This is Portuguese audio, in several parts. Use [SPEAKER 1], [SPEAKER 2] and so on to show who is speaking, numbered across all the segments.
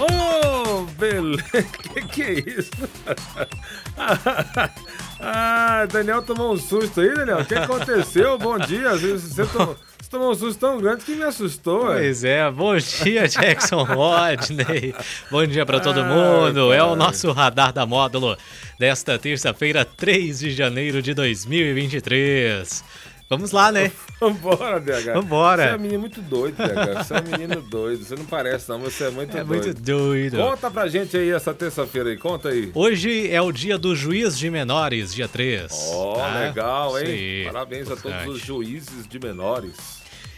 [SPEAKER 1] Ô, beleza. Que que é isso? ah, Daniel tomou um susto aí, Daniel. O que aconteceu? Bom dia. Você, você tomou, você tomou um susto tão grande que me assustou. ué.
[SPEAKER 2] Pois é, bom dia, Jackson Rodney. bom dia pra todo mundo. É o nosso radar da módulo desta terça-feira, 3 de janeiro de 2023. Vamos lá, né?
[SPEAKER 1] Vambora, DH.
[SPEAKER 2] Vambora.
[SPEAKER 1] Você é um menino muito doido, DH. Você é um menino doido. Você não parece, não. Você é muito
[SPEAKER 2] É
[SPEAKER 1] doido.
[SPEAKER 2] muito doido.
[SPEAKER 1] Conta pra gente aí essa terça-feira aí. Conta aí.
[SPEAKER 2] Hoje é o dia do juiz de menores, dia 3.
[SPEAKER 1] Ó,
[SPEAKER 2] tá?
[SPEAKER 1] legal, hein?
[SPEAKER 2] Isso aí,
[SPEAKER 1] Parabéns a
[SPEAKER 2] importante.
[SPEAKER 1] todos os juízes de menores.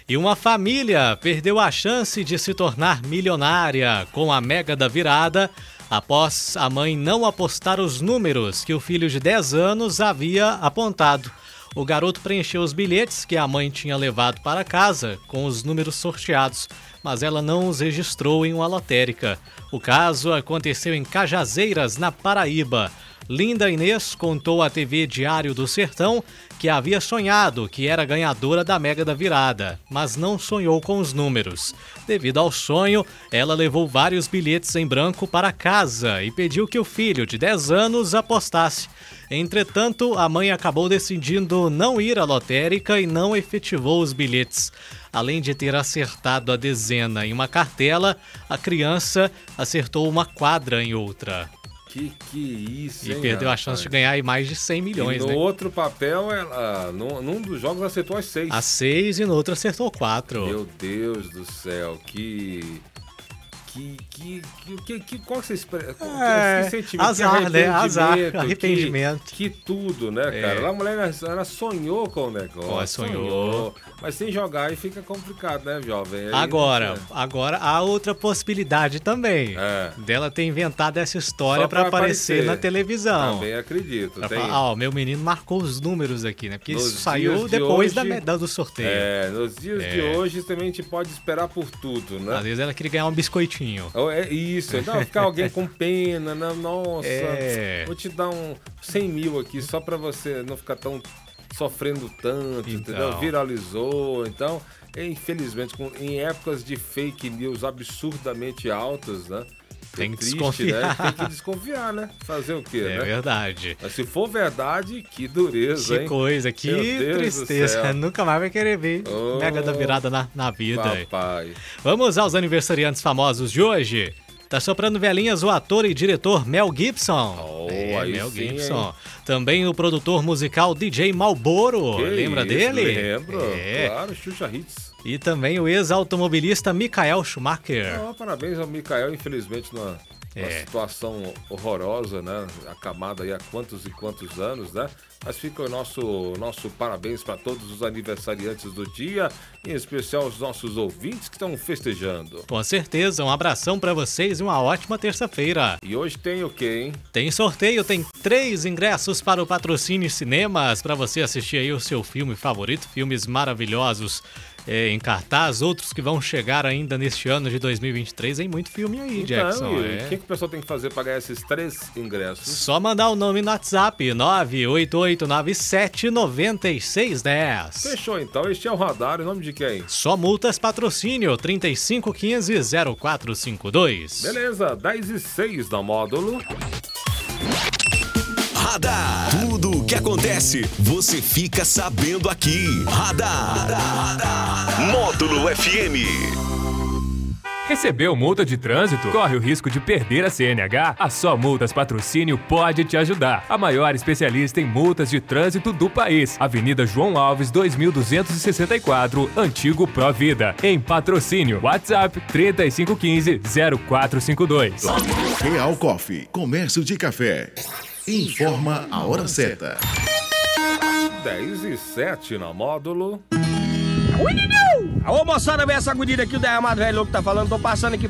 [SPEAKER 2] E uma família perdeu a chance de se tornar milionária com a mega da virada após a mãe não apostar os números que o filho de 10 anos havia apontado. O garoto preencheu os bilhetes que a mãe tinha levado para casa com os números sorteados, mas ela não os registrou em uma lotérica. O caso aconteceu em Cajazeiras, na Paraíba. Linda Inês contou à TV Diário do Sertão que havia sonhado que era ganhadora da Mega da Virada, mas não sonhou com os números. Devido ao sonho, ela levou vários bilhetes em branco para casa e pediu que o filho, de 10 anos, apostasse. Entretanto, a mãe acabou decidindo não ir à lotérica e não efetivou os bilhetes. Além de ter acertado a dezena em uma cartela, a criança acertou uma quadra em outra.
[SPEAKER 1] Que que isso,
[SPEAKER 2] E
[SPEAKER 1] hein,
[SPEAKER 2] perdeu a
[SPEAKER 1] rapaz?
[SPEAKER 2] chance de ganhar aí mais de 100 milhões,
[SPEAKER 1] e no
[SPEAKER 2] né?
[SPEAKER 1] outro papel, ela, num, num dos jogos, ela acertou as seis.
[SPEAKER 2] A 6 e no outro acertou 4.
[SPEAKER 1] Meu Deus do céu, que. Que. que, que, que, que qual que você espera?
[SPEAKER 2] É, azar, né? Azar, arrependimento.
[SPEAKER 1] Que, que tudo, né,
[SPEAKER 2] É.
[SPEAKER 1] cara? Lá A mulher ela sonhou com o negócio.
[SPEAKER 2] Ó, sonhou.
[SPEAKER 1] Mas sem jogar aí fica complicado, né, jovem? Aí-
[SPEAKER 2] Agora, agora há outra possibilidade também.
[SPEAKER 1] É.
[SPEAKER 2] Dela ter inventado essa história
[SPEAKER 1] Só
[SPEAKER 2] pra
[SPEAKER 1] pra
[SPEAKER 2] aparecer,
[SPEAKER 1] aparecer.
[SPEAKER 2] na televisão.
[SPEAKER 1] Também acredito.
[SPEAKER 2] Pra
[SPEAKER 1] tem-
[SPEAKER 2] falar, ah, ó, meu menino marcou os números aqui, né? Porque
[SPEAKER 1] Nos
[SPEAKER 2] isso
[SPEAKER 1] dias
[SPEAKER 2] saiu
[SPEAKER 1] de
[SPEAKER 2] depois
[SPEAKER 1] hoje-
[SPEAKER 2] da medalha do sorteio.
[SPEAKER 1] É, nos dias de hoje também a gente pode esperar por tudo, né?
[SPEAKER 2] Às vezes ela queria ganhar um biscoitinho.
[SPEAKER 1] Oh, É isso, então ficar alguém com pena, né? Nossa,
[SPEAKER 2] É.
[SPEAKER 1] vou te dar um 100 mil aqui só pra você não ficar tão sofrendo tanto,
[SPEAKER 2] Então.
[SPEAKER 1] entendeu? Viralizou, então, infelizmente, com- em épocas de fake news absurdamente altas, né?
[SPEAKER 2] Tem que
[SPEAKER 1] Né?
[SPEAKER 2] desconfiar.
[SPEAKER 1] Tem que desconfiar, né? Fazer o quê,
[SPEAKER 2] É,
[SPEAKER 1] né?
[SPEAKER 2] verdade.
[SPEAKER 1] Mas se for verdade, que dureza,
[SPEAKER 2] que
[SPEAKER 1] hein?
[SPEAKER 2] coisa, que
[SPEAKER 1] Meu Deus do
[SPEAKER 2] tristeza. né,
[SPEAKER 1] céu.
[SPEAKER 2] Nunca mais vai querer ver
[SPEAKER 1] Oh,
[SPEAKER 2] Mega da virada na, na vida.
[SPEAKER 1] Papai.
[SPEAKER 2] Vamos aos aniversariantes famosos de hoje. Tá soprando velhinhas o ator e diretor Mel Gibson. É,
[SPEAKER 1] Oh, aí
[SPEAKER 2] Mel
[SPEAKER 1] sim,
[SPEAKER 2] Gibson. Também o produtor musical DJ Malboro.
[SPEAKER 1] Que
[SPEAKER 2] Lembra
[SPEAKER 1] isso,
[SPEAKER 2] dele?
[SPEAKER 1] Lembro,
[SPEAKER 2] É.
[SPEAKER 1] claro, Xuxa Hits.
[SPEAKER 2] E também o ex-automobilista Michael Schumacher.
[SPEAKER 1] Ah, parabéns ao Mikael, infelizmente, numa, numa
[SPEAKER 2] É.
[SPEAKER 1] situação horrorosa, né? Acamada aí há quantos e quantos anos, né? Mas fica o nosso, nosso parabéns para todos os aniversariantes do dia, em especial os nossos ouvintes que estão festejando.
[SPEAKER 2] Com certeza, um abração pra vocês e uma ótima terça-feira.
[SPEAKER 1] E hoje tem o quê, hein?
[SPEAKER 2] Tem sorteio, tem três ingressos para o Patrocínio Cinemas para você assistir aí o seu filme favorito, filmes maravilhosos eh, em cartaz, outros que vão chegar ainda neste ano de 2023. Tem muito filme aí, Jackson.
[SPEAKER 1] Então, e
[SPEAKER 2] é.
[SPEAKER 1] o que, que o pessoal tem que fazer para ganhar esses três ingressos?
[SPEAKER 2] Só mandar o nome no WhatsApp 988979610.
[SPEAKER 1] Fechou então, este é o radar, em nome de quem?
[SPEAKER 2] Só multas patrocínio 35150452.
[SPEAKER 1] Beleza, 10 e 6 da módulo.
[SPEAKER 3] Radar. Tudo o que acontece, você fica sabendo aqui. Radar. Módulo FM.
[SPEAKER 4] Recebeu multa de trânsito? Corre o risco de perder a CNH? A Só Multas Patrocínio pode te ajudar. A maior especialista em multas de trânsito do país. Avenida João Alves, 2264, Antigo Provida. Em patrocínio. WhatsApp 3515-0452.
[SPEAKER 5] Real Coffee, comércio de café. Informa a hora certa.
[SPEAKER 1] 10 e 7 na módulo.
[SPEAKER 6] Ô moçada, vem essa agudida aqui, o Derramado Velho Louco tá falando, tô passando aqui